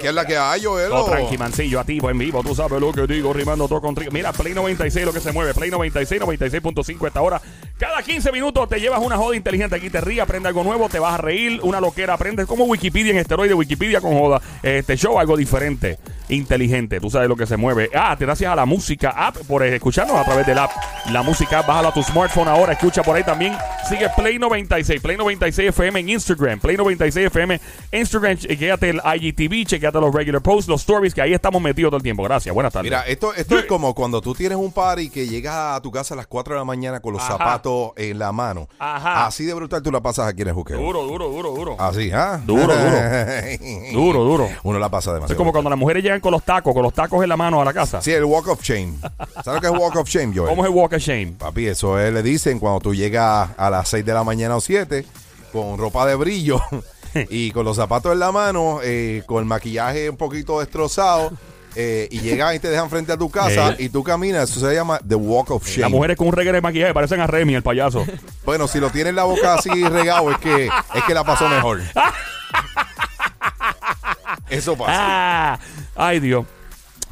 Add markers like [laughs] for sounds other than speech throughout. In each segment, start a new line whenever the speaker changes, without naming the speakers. ¿Qué es la que hay, Joel?
Todo Oh, tranqui, mancillo, activo, en vivo. Tú sabes lo que digo, rimando todo con tri- Mira, Play 96 lo que se mueve. Play 96, 96.5 esta hora. Cada 15 minutos te llevas una joda inteligente aquí. Te ríes, aprende algo nuevo, te vas a reír, una loquera. Aprendes como Wikipedia en esteroide, Wikipedia con joda. Este show, algo diferente, inteligente. Tú sabes lo que se mueve. Ah, te gracias a la música app por eh, escucharnos a través de la app. La música app, bájala a tu smartphone ahora. Escucha por ahí también. Sigue Play 96, Play 96 FM en Instagram, Play 96 FM Instagram. Chequéate el IGTV, chequéate los regular posts, los stories, que ahí estamos metidos todo el tiempo. Gracias, buenas tardes.
Mira, esto, esto es como cuando tú tienes un party que llegas a tu casa a las 4 de la mañana con los
Ajá.
zapatos en la mano.
Ajá.
Así de brutal tú la pasas aquí en el juqueo.
duro, duro, duro, duro.
Así, ¿ah?
Duro, duro. Duro, duro.
[laughs] Uno la pasa demasiado.
Es como cuando las mujeres llegan con los tacos, con los tacos en la mano a la casa.
Sí, el walk of shame. ¿Sabes lo que es walk of shame, Joel?
¿Cómo es el walk of shame?
Papi, eso es, le dicen cuando tú llegas a las 6 de la mañana o 7 con ropa de brillo y con los zapatos en la mano, eh, con el maquillaje un poquito destrozado. eh, y llegan y te dejan frente a tu casa y tú caminas, eso se llama The Walk of Shame.
Las mujeres con un reguero de maquillaje parecen a Remy, el payaso.
Bueno, si lo tienes en la boca así regado, es que, es que la pasó mejor. Eso pasa.
Ah, ay Dios.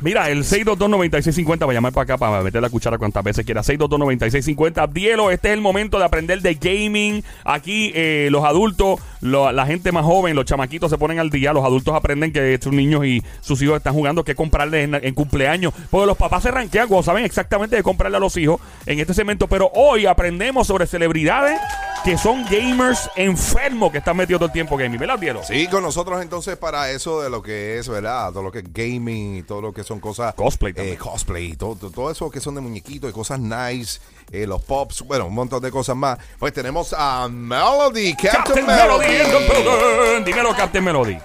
Mira, el 622-9650, va a llamar para acá para meter la cuchara cuantas veces quiera. 622-9650, Dielo, este es el momento de aprender de gaming. Aquí eh, los adultos, lo- la gente más joven, los chamaquitos se ponen al día, los adultos aprenden que sus niños y sus hijos están jugando, qué comprarles en, en cumpleaños. Porque los papás se ranquean cuando saben exactamente de comprarle a los hijos en este segmento. Pero hoy aprendemos sobre celebridades que son gamers enfermos que están metidos todo el tiempo gaming. ¿Verdad, Dielo?
Sí, con nosotros entonces para eso de lo que es, ¿verdad? Todo lo que es gaming y todo lo que son cosas...
Cosplay también.
Eh, cosplay, todo, todo- todo eso que son de muñequitos y cosas nice, eh, los pops, bueno, un montón de cosas más. Pues tenemos a Melody, Captain,
Captain Melody
Melody.
in the building. Dímelo, Captain Melody.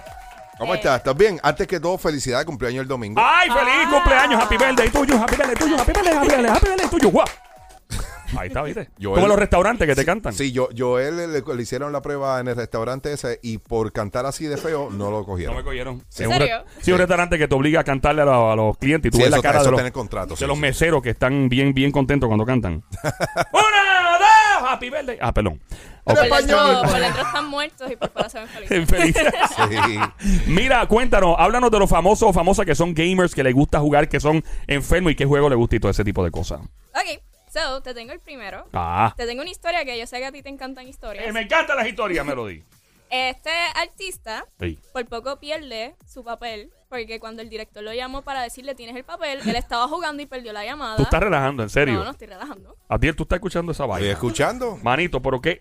¿Cómo estás? ¿Estás bien? Antes que todo, felicidad de cumpleaños el domingo.
¡Ay, feliz cumpleaños! ¡Happy birthday tuyo! ¡Happy birthday tuyo! ¡Happy birthday, happy birthday, happy birthday tuyo! ¡Guau! Ahí está, ¿viste?
Joel.
Como los restaurantes que te cantan.
Sí, yo, yo él le, le hicieron la prueba en el restaurante ese y por cantar así de feo no lo
No
cogieron.
me cogieron.
Sí,
Es un re-
serio?
Sí, un restaurante que te obliga a cantarle a, la- a los clientes y tú
Sí,
ves
eso,
la cara
eso
de los,
tiene contrato.
de
sí,
los
sí.
meseros que están bien, bien contentos cuando cantan. ¡Una, dos! ¡Happy birthday! Ah, perdón. Ok. [laughs]
Por dentro, por dentro están muertos y por fuera se ven felices.
Feliz.
[laughs] Sí.
Mira, cuéntanos, háblanos de los famosos o famosas que son gamers, que les gusta jugar, que son enfermos y qué juego les gusta y todo ese tipo de cosas.
ok, so, te tengo el primero.
Ah.
Te tengo una historia que yo sé que a ti te encantan historias.
Eh, me encantan las [laughs] historias, Melody.
Este artista
Sí.
por poco pierde su papel porque cuando el director lo llamó para decirle tienes el papel, él estaba jugando y perdió la llamada.
Tú estás relajando, en serio.
No, no estoy relajando.
Adiel, tú estás escuchando esa
Estoy
vaina.
escuchando.
Manito, pero qué,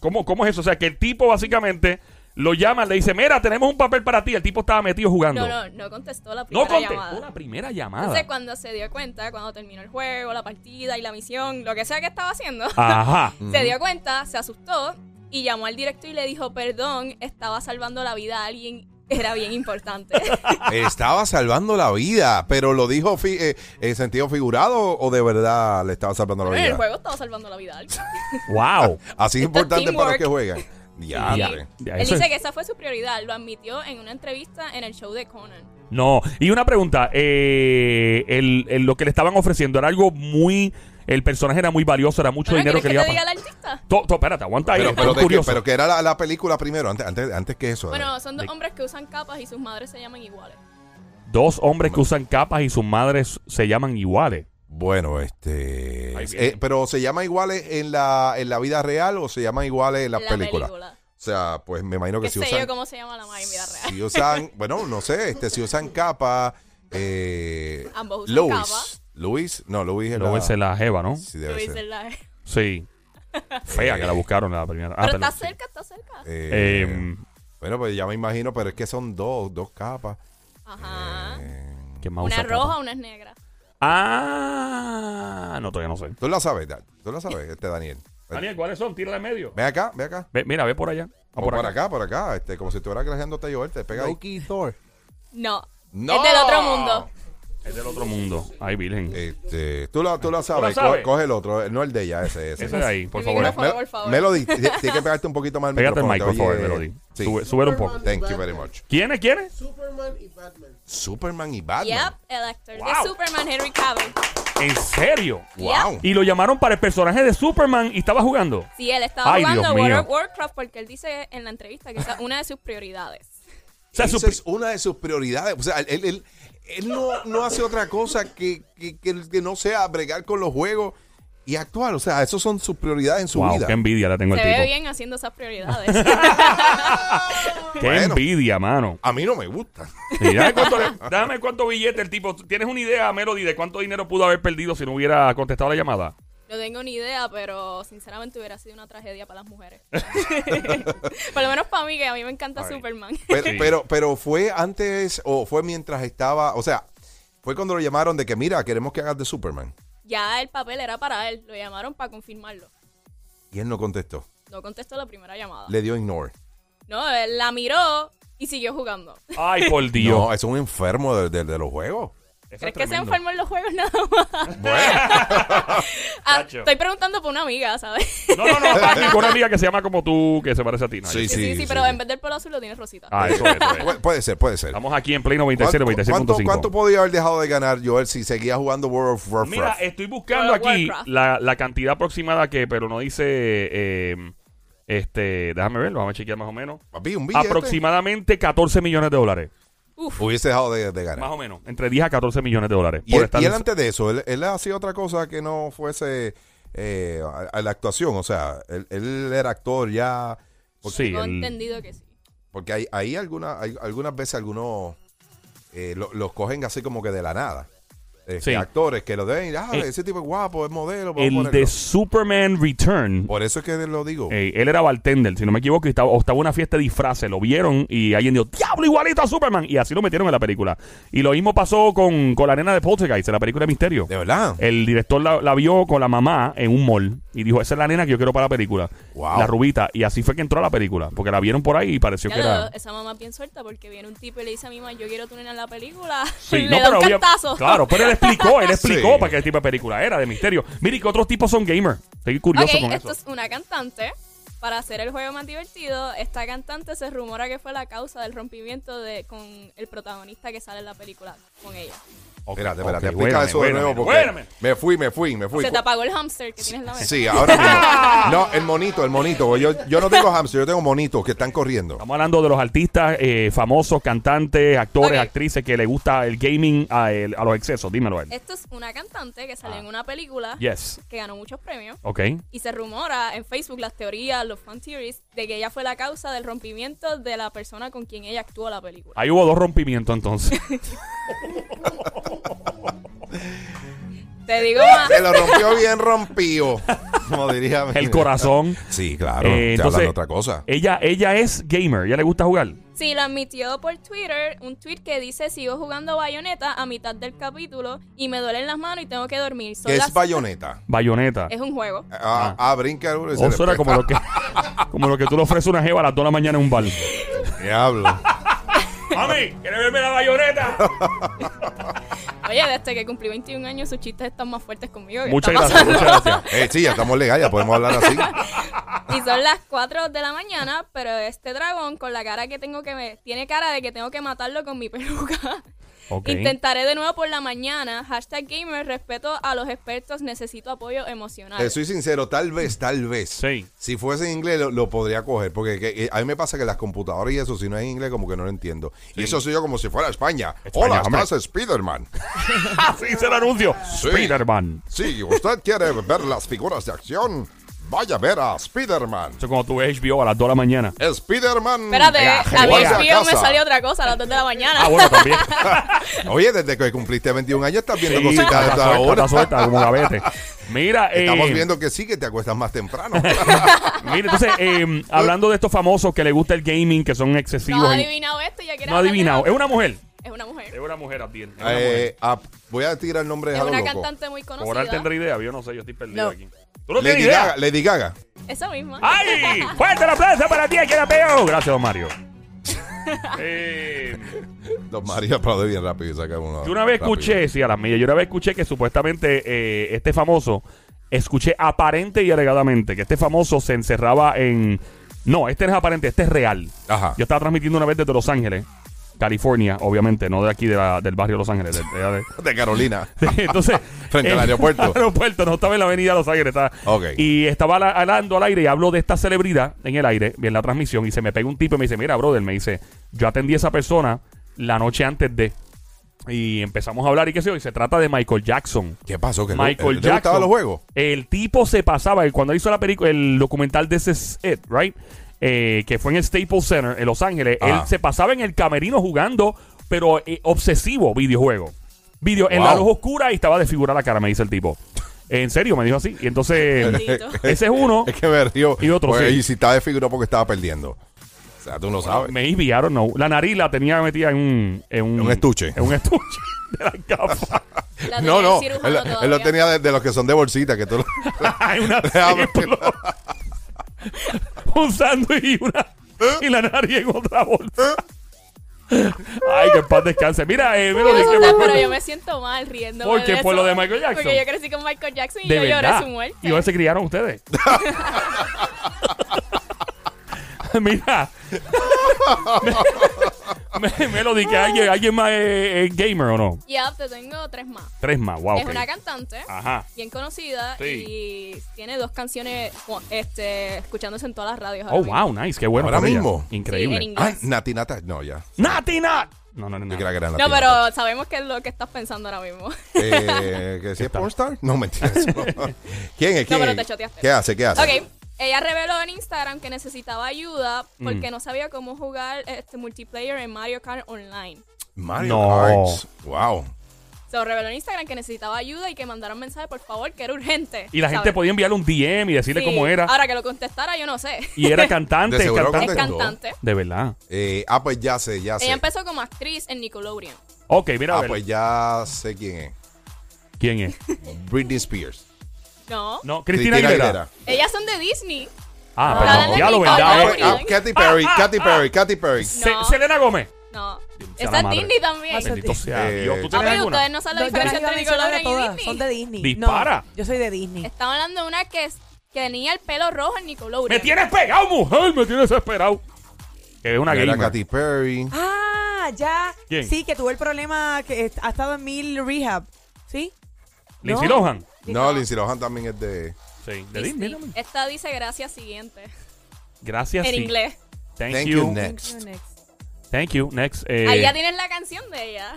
cómo, ¿cómo es eso? O sea, que el tipo básicamente lo llama, le dice, mira, tenemos un papel para ti. El tipo estaba metido jugando.
No, no, no contestó la
No
primera
contestó
llamada.
la primera llamada.
Entonces cuando se dio cuenta, cuando terminó el juego, la partida y la misión, lo que sea que estaba haciendo,
Ajá.
se dio cuenta, se asustó y llamó al director y le dijo, perdón, estaba salvando la vida a alguien, era bien importante.
[laughs] Estaba salvando la vida, pero lo dijo fi- eh, en sentido figurado o de verdad le estaba salvando la
en el
vida.
juego estaba salvando la vida a alguien.
wow.
Así
Esto es
importante para los
teamwork.
que juegan. Diantre.
Ya,
Él
eso
dice
es-
que esa fue su prioridad, lo admitió en una entrevista en el show de Conan.
No. Y una pregunta, eh, el- el- lo que le estaban ofreciendo era algo muy... El personaje era muy valioso, era mucho
Bueno,
dinero
¿quieres
que
que
le iba
te
a
diga
pagar.
al artista?
To- to- espérate, aguanta ahí.
Pero, pero,
estoy
de que,
curioso.
pero que era la, la película primero, antes, antes, antes que eso.
Bueno, son dos
de-
hombres que usan capas y sus madres se llaman iguales.
Dos hombres que usan capas y sus madres se llaman iguales.
Bueno, este.
Ahí viene.
eh, pero se llama iguales en la, en la vida real o se llama iguales en la, película? O sea, pues me imagino que
¿Qué
si
sé
usan.
yo cómo se llama la madre en vida real?
Si usan, bueno, no sé, este, si usan capa. Eh,
Ambos usan
Luis.
capa.
Luis, no, Luis es
Luego
la-
es la jeva, ¿no?
sí, Eh. debe
Lo
ser.
dice la- E.
Ah, Sí. Fea que la buscaron la primera. Ah,
Pero
perdón.
está cerca, está cerca.
Eh,
Eh,
bueno, pues ya me imagino, pero es que son dos, dos capas.
Ajá.
eh,
¿qué más
Una
usa
roja,
capa?
una es negra.
Ah, no, todavía no sé.
Tú la sabes, Dan- tú la sabes, este Daniel. Ven,
Daniel, ¿cuáles son? Tírala en medio.
ven acá, ven acá.
Ve- mira, ve por allá. Ah,
O por, acá, por acá, este, como si estuvieras grajeándote a Joel, te pega ahí.
Loki Thor.
No.
este, ¡No!
Es del otro mundo.
Es del otro mundo. Ay, virgen.
Este, tú, lo, tú lo sabes,
¿Tú lo sabes?
Co- coge el otro, eh, no el de ella, ese. ese.
Ese de ahí, por
Mi
favor.
Me-
micrófono.
me-
por favor.
Melody, t- tienes que pegarte un poquito más al
Pégate el mic,
micrófono.
por
te
favor,
oye-
Melody.
Sí.
Sube, súbelo un poco.
Thank you very much.
¿Quién es? ¿Quién es?
Superman y Batman.
Superman y Batman.
Yep, el actor
Wow.
de Superman, Henry Cavill.
¿En serio?
Wow.
Y lo llamaron para el personaje de Superman y estaba jugando.
Sí, él estaba
Ay,
jugando
Dios mío.
World of Warcraft porque él dice en la entrevista que esa es una de sus
[laughs]
prioridades.
O sea,
Esa
su-
es una de sus prioridades. O sea, él, él- él no, no hace otra cosa que, que, que- que no sea bregar con los juegos y actuar. O sea, esas son sus prioridades en su
wow,
vida.
qué envidia la tengo al
Se ve
tipo.
bien haciendo esas prioridades.
[laughs] Qué
Bueno.
envidia, mano.
A mí no me gusta.
Sí, dame, cuánto, le- dame cuánto billete el tipo. ¿Tienes una idea, Melody, de cuánto dinero pudo haber perdido si no hubiera contestado la llamada?
no tengo ni idea, pero sinceramente hubiera sido una tragedia para las mujeres. [laughs] Por lo menos para mí, que a mí me encanta
Ay.
Superman. [laughs]
Pero,
Sí.
pero, pero fue antes o fue mientras estaba. O sea, fue cuando lo llamaron de que, mira, queremos que hagas de Superman.
ya el papel era para él, lo llamaron para confirmarlo.
Y él no contestó.
No contestó la primera llamada.
Le dio ignore.
No, él la miró y siguió jugando.
Ay,
[laughs]
por Dios.
No, es un enfermo de, de- de los juegos.
Eso
¿Crees
es
que se
tremendo.
enfermó en los juegos [laughs] nada más?
Bueno,
[laughs]
Ah,
Chacho.
estoy preguando por una amiga, ¿sabes?
No, no, no. Patrick,
[laughs]
una amiga que se llama como tú, que se parece a ti. ¿no?
Sí,
Sí, sí, pero
sí.
en vez del pelo azul lo tiene rosita.
Ah, eso es, eso es.
pu- puede ser, puede ser.
Estamos aquí en Play 96,
¿Cuánto,
96.5.
cuánto podía haber dejado de ganar Joel si seguía jugando World of Warcraft?
Mira, eh, estoy buscando
World of
aquí
Warcraft.
la, la cantidad aproximada que, pero no dice. eh, este, déjame verlo, vamos a chequear más o menos.
Papi, un billete.
Aproximadamente 14 millones de dólares.
Uf,
Hubiese dejado de, de
Más
ganar.
o menos, entre 10 a 14 millones de dólares.
Y
por
él,
estar
y él
en-
antes de eso, él, él hacía otra cosa que no fuese eh, a, a la actuación. O sea, él, él era actor ya.
Sí,
tengo
el-
entendido que sí.
Porque hay, hay, alguna- hay- algunas veces algunos eh, lo- los cogen así como que de la nada. Eh,
Sí.
Actores que lo deben. Ah,
El-
ese tipo es guapo, es modelo. vamos a
el
ponerlo.
de Superman Return.
Por eso es que lo digo.
eh, él era bartender, si no me equivoco, y estaba, o estaba en una fiesta de disfraces, lo vieron y alguien dijo, diablo, igualito a Superman, y así lo metieron en la película. Y lo mismo pasó con, con la nena de Poltergeist, en la película de Misterio.
de verdad.
El director la, la vio con la mamá en un mall y dijo, esa es la nena que yo quiero para la película.
Wow.
La rubita. Y así fue que entró a la película, porque la vieron por ahí y pareció
Ya
que
lo-
era...
esa mamá es bien suelta porque viene un tipo y le dice a mi mamá, yo quiero tu nena en la película. [laughs]
Sí,
le
no,
da un
obvia-
cantazo.
Claro, pero él
[laughs]
explicó, él explicó
Sí.
para qué tipo de película era, de misterio. Mire, que otros tipos son gamers. Estoy curioso
ok,
con
esto
eso.
es una cantante. Para hacer el juego más divertido, esta cantante se rumora que fue la causa del rompimiento de con el protagonista que sale en la película con ella.
Ok,
Espérate,
ok,
espérate, explica
buéname,
eso de
buéname,
nuevo porque
buéname.
me fui, me fui, me fui.
Se te apagó el hamster que tienes en la mente.
Sí, ahora
[laughs]
mismo. No, el monito, el monito. Yo, yo no tengo hamster, yo tengo monitos que están corriendo.
Estamos hablando de los artistas eh, famosos, cantantes, actores,
Ok.
actrices que le gusta el gaming a, el- a los excesos. Dímelo a él.
Esto es una cantante que salió
Ah.
en una película
Yes.
que ganó muchos premios.
Ok.
Y se rumora en Facebook las teorías, los fan theories, de que ella fue la causa del rompimiento de la persona con quien ella actuó la película.
Ahí hubo dos rompimientos
[laughs]
entonces.
[laughs]
Te digo más.
Se lo rompió bien rompido. Como diría mi-
el corazón.
Sí, claro.
Eh,
te
entonces,
hablan otra cosa.
Ella, ella es gamer, ella le gusta jugar.
Sí, lo admitió por Twitter, un tweet que dice, sigo jugando bayoneta a mitad del capítulo y me duelen las manos y tengo que dormir. Son
¿Qué es
las-
bayoneta?
Bayoneta.
Es un juego.
Ah, ah, brinca uno y se
O eso era
le-
Oh, como lo que [laughs] como lo que tú le ofreces una jeva a las 2 de la mañana en
[laughs]
un bar.
Diablo.
Mami, ¿quieres verme la bayoneta?
Oye, desde que cumplí 21 años sus chistes están más fuertes conmigo. que
Muchas
está
gracias,
pasando.
muchas gracias.
Eh, sí, ya estamos legales, ya podemos hablar así.
[laughs] Y son las 4 de la mañana, pero este dragón con la cara que tengo que me... Tiene cara de que tengo que matarlo con mi peluca.
Ok.
Intentaré de nuevo por la mañana. Hashtag gamer, respeto a los expertos, necesito apoyo emocional.
Te soy sincero, tal vez, tal vez.
Sí. [laughs]
Si fuese en inglés, lo, lo podría coger. Porque que- que a mí me pasa que las computadoras y eso, si no es en inglés, como que no lo entiendo. Y eso soy yo como si fuera España.
España,
Hola,
hombre.
estás Spiderman.
Así se el anuncio.
Sí.
Spider-Man.
Si usted quiere ver las figuras de acción, vaya a ver a Spiderman.
Eso es cuando tú ves HBO a las 2 de la mañana.
Spiderman.
Espérate,
Venga,
a mí
voy a
HBO me
casa.
salió otra cosa a las 2 de la mañana.
Ah, bueno, también.
Oye, desde que cumpliste 21 años estás viendo
Sí,
cositas de
está
esta
suelta,
hora.
está suelta,
[laughs]
como gavete. Mira, eh,
Estamos viendo que sí, que te acuestas más
[laughs]
temprano.
Mira, entonces,
[laughs]
eh, hablando de estos famosos que le gusta el gaming, que son excesivos.
no ha
en-
adivinado esto, ya que
no ha adivinado. Es una mujer.
Es una mujer.
Es una mujer, Abdiel. Es una mujer.
Eh, ah, voy a tirar el nombre de
Es
Jalo
una
Loco.
cantante muy
Por ahora
conocida.
tendré idea, yo no sé, yo estoy perdido
No.
aquí. ¿Tú no tienes
Lady
idea?
Gaga, Lady Gaga.
Esa misma. [laughs]
¡Ay! ¡Fuerte la plaza para ti, aquí la pego! Gracias, don Mario. Eh,
Don Mario aplaude bien rápido y saca uno.
yo una vez
rápido.
escuché, sí, a las millas, yo una vez escuché que supuestamente eh, este famoso, escuché aparente y alegadamente que este famoso se encerraba en... No, este no es aparente, este es real.
Ajá.
Yo estaba transmitiendo una vez desde Los Ángeles, California, obviamente, no de aquí de la- del barrio de Los Ángeles. de- de- de-
De Carolina.
[laughs] Entonces,
[laughs] Frente al
eh,
aeropuerto.
al [laughs] aeropuerto, no estaba en la avenida Los Ángeles. Estaba,
Ok.
Y estaba ala- hablando al aire y habló de esta celebridad en el aire, en la transmisión, y se me pega un tipo y me dice, mira, brother, me dice, yo atendí a esa persona la noche antes de... Y empezamos a hablar y qué sé yo, y se trata de Michael Jackson.
¿Qué pasó? ¿Que le-
Michael
le
Jackson.
eh, gustaban los juegos?
El tipo se pasaba, y cuando hizo la película, el documental de ese It, right? Eh, que fue en el Staples Center en Los Ángeles.
Ajá.
Él se pasaba en el camerino jugando, pero eh, obsesivo, videojuego. Video, En la
Wow.
luz oscura y estaba desfigurada la cara, me dice el tipo. En serio, me dijo así. Y entonces,
Bendito.
[laughs] ese es uno.
[laughs] Es que me río.
Y otro,
Pues,
sí.
Y si estaba desfigurado porque estaba perdiendo. O sea, tú no sabes.
Me desviaron, no. La nariz la tenía metida en un... En un,
En un estuche.
En un estuche [laughs] de la
[laughs]
gafa.
[laughs] La tenía
No,
el
no. Él,
cirujano
él
todavía.
lo tenía de, de los que son de bolsita,
[laughs]
que tú lo- [laughs]
en una
Déjame-
círculo. un sándwich y una
¿Eh?
y la nariz en otra bolsa. [laughs] Ay, que en paz descanse. Mira, eh,
Yo
Melody,
no
¿qué
sé,
más?
pero yo me siento mal riendo.
¿Por qué? ¿Por lo de Michael Jackson?
Porque yo crecí con Michael Jackson y
de
yo lloré
verdad.
su muerte.
¿Y dónde se criaron ustedes? [laughs] Mira. [laughs] Me- Melody, que alguien, alguien más es, es gamer o no?
Y ahora te tengo tres más.
Tres más, wow.
Es una cantante
Ajá.
bien conocida
Sí.
y tiene dos canciones cu- este, escuchándose en todas las radios.
Oh,
ahora mismo.
wow, nice, qué bueno.
Ahora
por ella.
mismo.
Increíble.
Sí, en
Ah,
Yes.
Nati Nata. No, ya.
¡Nati, Nat! No, no, no.
Yo
no.
creía que era Nati
No,
Nata.
pero sabemos qué es lo que estás pensando ahora mismo. [laughs]
Eh, ¿Que si es pornstar? No, mentira. eso no.
[laughs]
¿Quién es? ¿Quién
pero
es?
te choteaste.
¿Qué hace? ¿Qué hace?
ok. Ella reveló en Instagram que necesitaba ayuda
Mm.
porque no sabía cómo jugar este multiplayer en Mario Kart Online.
Mario
No.
Kart. Wow.
Se reveló en Instagram que necesitaba ayuda y que mandara un mensaje, por favor, que era urgente.
Y la gente
¿sabes?
podía enviarle un DM y decirle
Sí, Ah.
cómo era.
Ahora que lo contestara, yo no sé.
Y era cantante,
De seguro
cantante.
[laughs] es
contestó.
cantante.
De verdad.
Eh, ah, pues ya sé, ya sé.
Ella empezó como actriz en Nickelodeon.
Ok, mira, a
Ah,
ver,
pues ya sé quién es. [laughs]
¿quién es?
Britney Spears.
No.
No, Cristina Aguilera.
Ellas son de Disney.
Ah,
Ah,
pero
la de
ya lo verdad.
Nickelodeon.
Ah,
eh.
pues, ah, Katy Perry,
Ah, ah,
Katy
ah.
Perry, Katy Perry.
Se-
No.
Selena Gómez.
No.
Sea
Esa
la
es
madre.
Disney también.
Maldita
Bendito sea
Eh,
Dios. ¿Tú
Ah,
tienes
pero
alguna?
ustedes no saben la
No, Ah, yo las
diferencia
iba a
entre
mencionar a
Nickelodeon y
todas,
Disney.
son de Disney.
Dispara.
No, yo soy de Disney.
Estaba hablando de una que, es- que tenía el pelo rojo en Nickelodeon.
Me tienes pegado, mujer. Me tienes desesperado. Que es una
Era
gamer.
Katy Perry.
Ah, ya.
¿Quién?
Sí, que tuvo el problema que est- ha estado en mil rehab. ¿Sí?
Lindsay
No.
Lohan.
No, Lindsay Lohan también es de.
Sí, de Disney.
Disney.
¿no?
Esta dice gracias siguiente.
Gracias.
en
sí.
inglés.
Thank,
Thank
you.
you,
Thank you,
next.
next.
Thank you. Next. Eh,
Ahí ya tienes la canción de ella.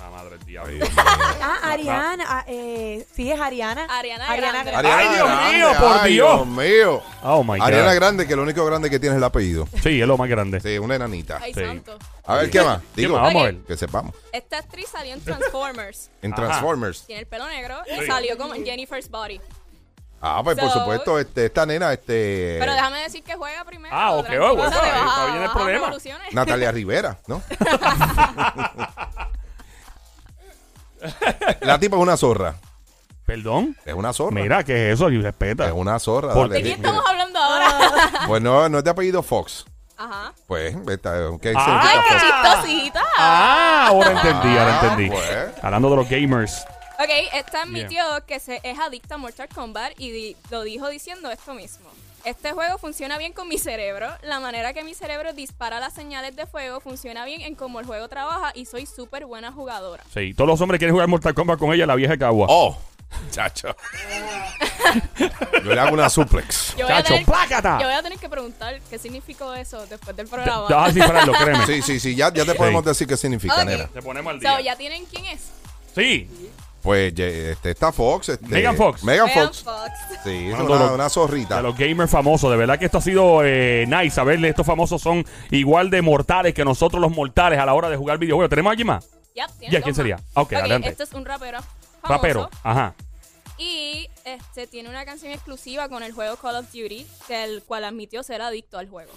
La madre del diablo.
Ay, Dios mío.
Ah, Ariana. ah, eh, sí, es Ariana.
Ariana Grande.
Grande.
Ariana
Dios
Grande,
mío, por
ay,
Dios.
mío.
Oh, my God.
Ariana Grande, que lo único grande que tiene es el apellido.
Sí, es lo más grande.
Sí, una enanita.
Ay,
Sí.
santo.
A ver, ¿qué más?
¿Qué
Digo,
más? Vamos a
Ok.
ver.
que sepamos.
Esta actriz salió en Transformers.
En
Ajá.
Transformers.
Tiene el pelo negro y salió como en Jennifer's Body.
Ah, pues por
So-
supuesto, este, esta nena, este.
Pero déjame decir que juega primero.
Ah, ok,
tranquila,
oh, bueno,
dale,
ahí está
baja-
bien el
baja
problema.
revoluciones.
Natalia Rivera,
[laughs]
¿no? La tipa es una zorra.
Perdón.
Es una zorra.
Mira, ¿qué es eso? Y respeta.
Es una zorra.
¿Por
dale,
¿De
di-
quién
mira.
estamos hablando ahora?
Pues no, no es de apellido Fox.
Ajá.
Pues, esta, ¿qué
Ah.
¡Ay,
significa
qué
Fox?
chistosita!
Ah, ahora entendí,
Ah,
ahora entendí.
pues.
Hablando de los gamers.
Ok, esta admitió que se es adicta a Mortal Kombat y di- lo dijo diciendo esto mismo. Este juego funciona bien con mi cerebro. La manera que mi cerebro dispara las señales de fuego funciona bien en cómo el juego trabaja y soy súper buena jugadora.
Sí, todos los hombres quieren jugar Mortal Kombat con ella, la vieja cagua.
Oh, chacho. Yo le hago una suplex.
Yo voy, a
¡Chacho,
tener,
plácata!
yo voy a tener que preguntar qué significó eso después del
Te-
programa.
te vas a dispararlo, créeme.
Sí, sí, sí, ya, ya te podemos decir qué significa,
Ok.
nena.
Te ponemos al
So, ya tienen quién es.
Sí,
Pues ye- este, está Fox. Este,
Megan Fox.
Megan
Megan
Fox.
Fox.
Sí, es
Bueno,
una,
lo-
una zorrita. Eh,
de los gamers famosos. De verdad que esto ha sido eh, nice. A ver, estos famosos son igual de mortales que nosotros los mortales a la hora de jugar videojuegos. ¿Tenemos a alguien más?
Yep, tienen
Ya,
dos
¿quién
más.
sería? Ok, adelante.
Este es un rapero. famoso.
Rapero. Ajá.
Y este tiene una canción exclusiva con el juego Call of Duty, que el cual admitió ser adicto al juego.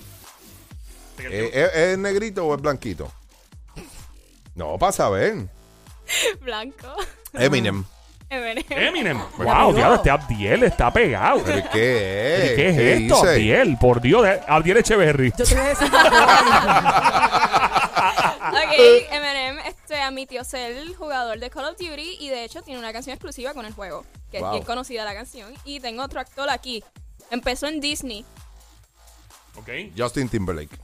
Eh, eh, ¿Es, negrito o es blanquito? No, para saber.
Blanco. [laughs]
Eminem.
Eminem. [laughs]
Eminem. Wow, diablo, este Abdiel está pegado.
¿Pero
¿Pero
qué es?
¿Qué es esto,
dice?
Abdiel? Por Dios, eh, Abdiel Echeverry.
Yo te voy a decir una cosa.
Ah,
Ok, Eminem este, admitió ser el jugador de Call of Duty y de hecho tiene una canción exclusiva con el juego, que
Wow.
es bien conocida la canción. Y tengo otro actor aquí. Empezó en Disney.
Ok.
Justin Timberlake.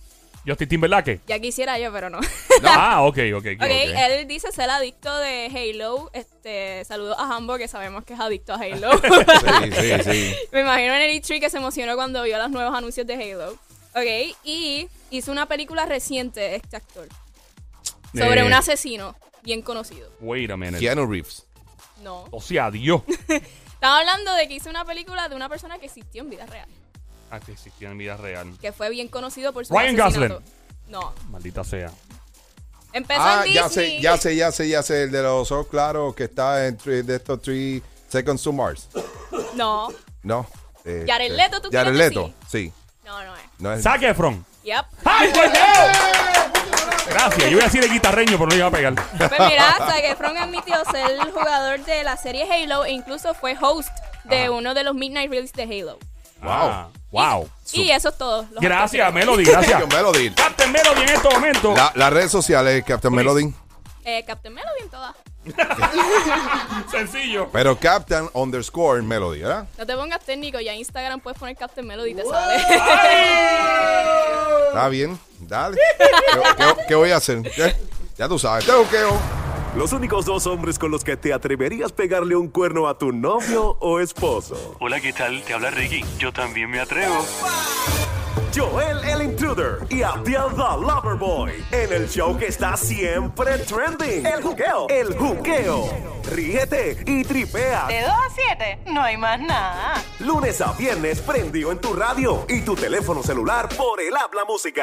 Justin Timberlake.
Ya quisiera yo, pero [laughs] no.
Ah, ok, ok.
Ok, eh, él dice ser adicto de Halo. Este, saludos a Hambo, que sabemos que es adicto a Halo.
[laughs]
[laughs]
Sí, sí, sí.
Me imagino en el E3 que se emocionó cuando vio los nuevos anuncios de Halo. Ok, y hizo una película reciente, este actor, sobre
Eh.
un asesino bien conocido.
Wait a minute.
Keanu Reeves.
No.
O sea, Dios.
Estaba hablando de que hizo una película de una persona que existió en vida real,
Ah, que existía en vida real.
que fue bien conocido por su
Ryan
asesinato.
Gosling.
No.
Maldita sea.
Empezó
Ah,
en
ya
Disney.
sé, ya sé, ya sé, ya sé. El de los ojos claros que está en three- de estos 3 Seconds to Mars.
No.
No. Eh,
Jared
eh,
Leto, ¿tú
Jared
crees que
Leto, sí.
No, no es.
No es.
Zac Efron.
Yep.
¡Ay, por Dios! Gracias. Yo voy a decir de guitarreño, pero no iba a pegar.
Pues
[laughs]
mira, Zac Efron admitió ser el jugador de la serie Halo e incluso fue host de
Ajá.
uno de los Midnight Reels de Halo.
Ah, wow.
Y eso es todo. los
Gracias,
actores.
Melody.
Captain [laughs]
Gracias.
Melody.
Captain Melody en este estos momentos.
La- las redes sociales, Captain Melody.
Eh, Captain Melody en todas.
Sencillo.
Pero Captain underscore Melody, ¿verdad?
No te pongas técnico, ya en Instagram puedes poner Captain Melody y te sale.
Está bien, dale. ¿Qué, qué- qué voy a hacer? Ya, ya tú sabes, tengo que.
Los únicos dos hombres con los que te atreverías pegarle un cuerno a tu novio o esposo.
Hola, ¿qué tal? Te habla Ricky. Yo también me atrevo.
Joel el Intruder y Abdiel the Loverboy. En el show que está siempre trending. El juqueo. El juqueo. Ríete y tripea.
2 a 7, no hay más nada.
Lunes a viernes prendido en tu radio y tu teléfono celular por el habla música.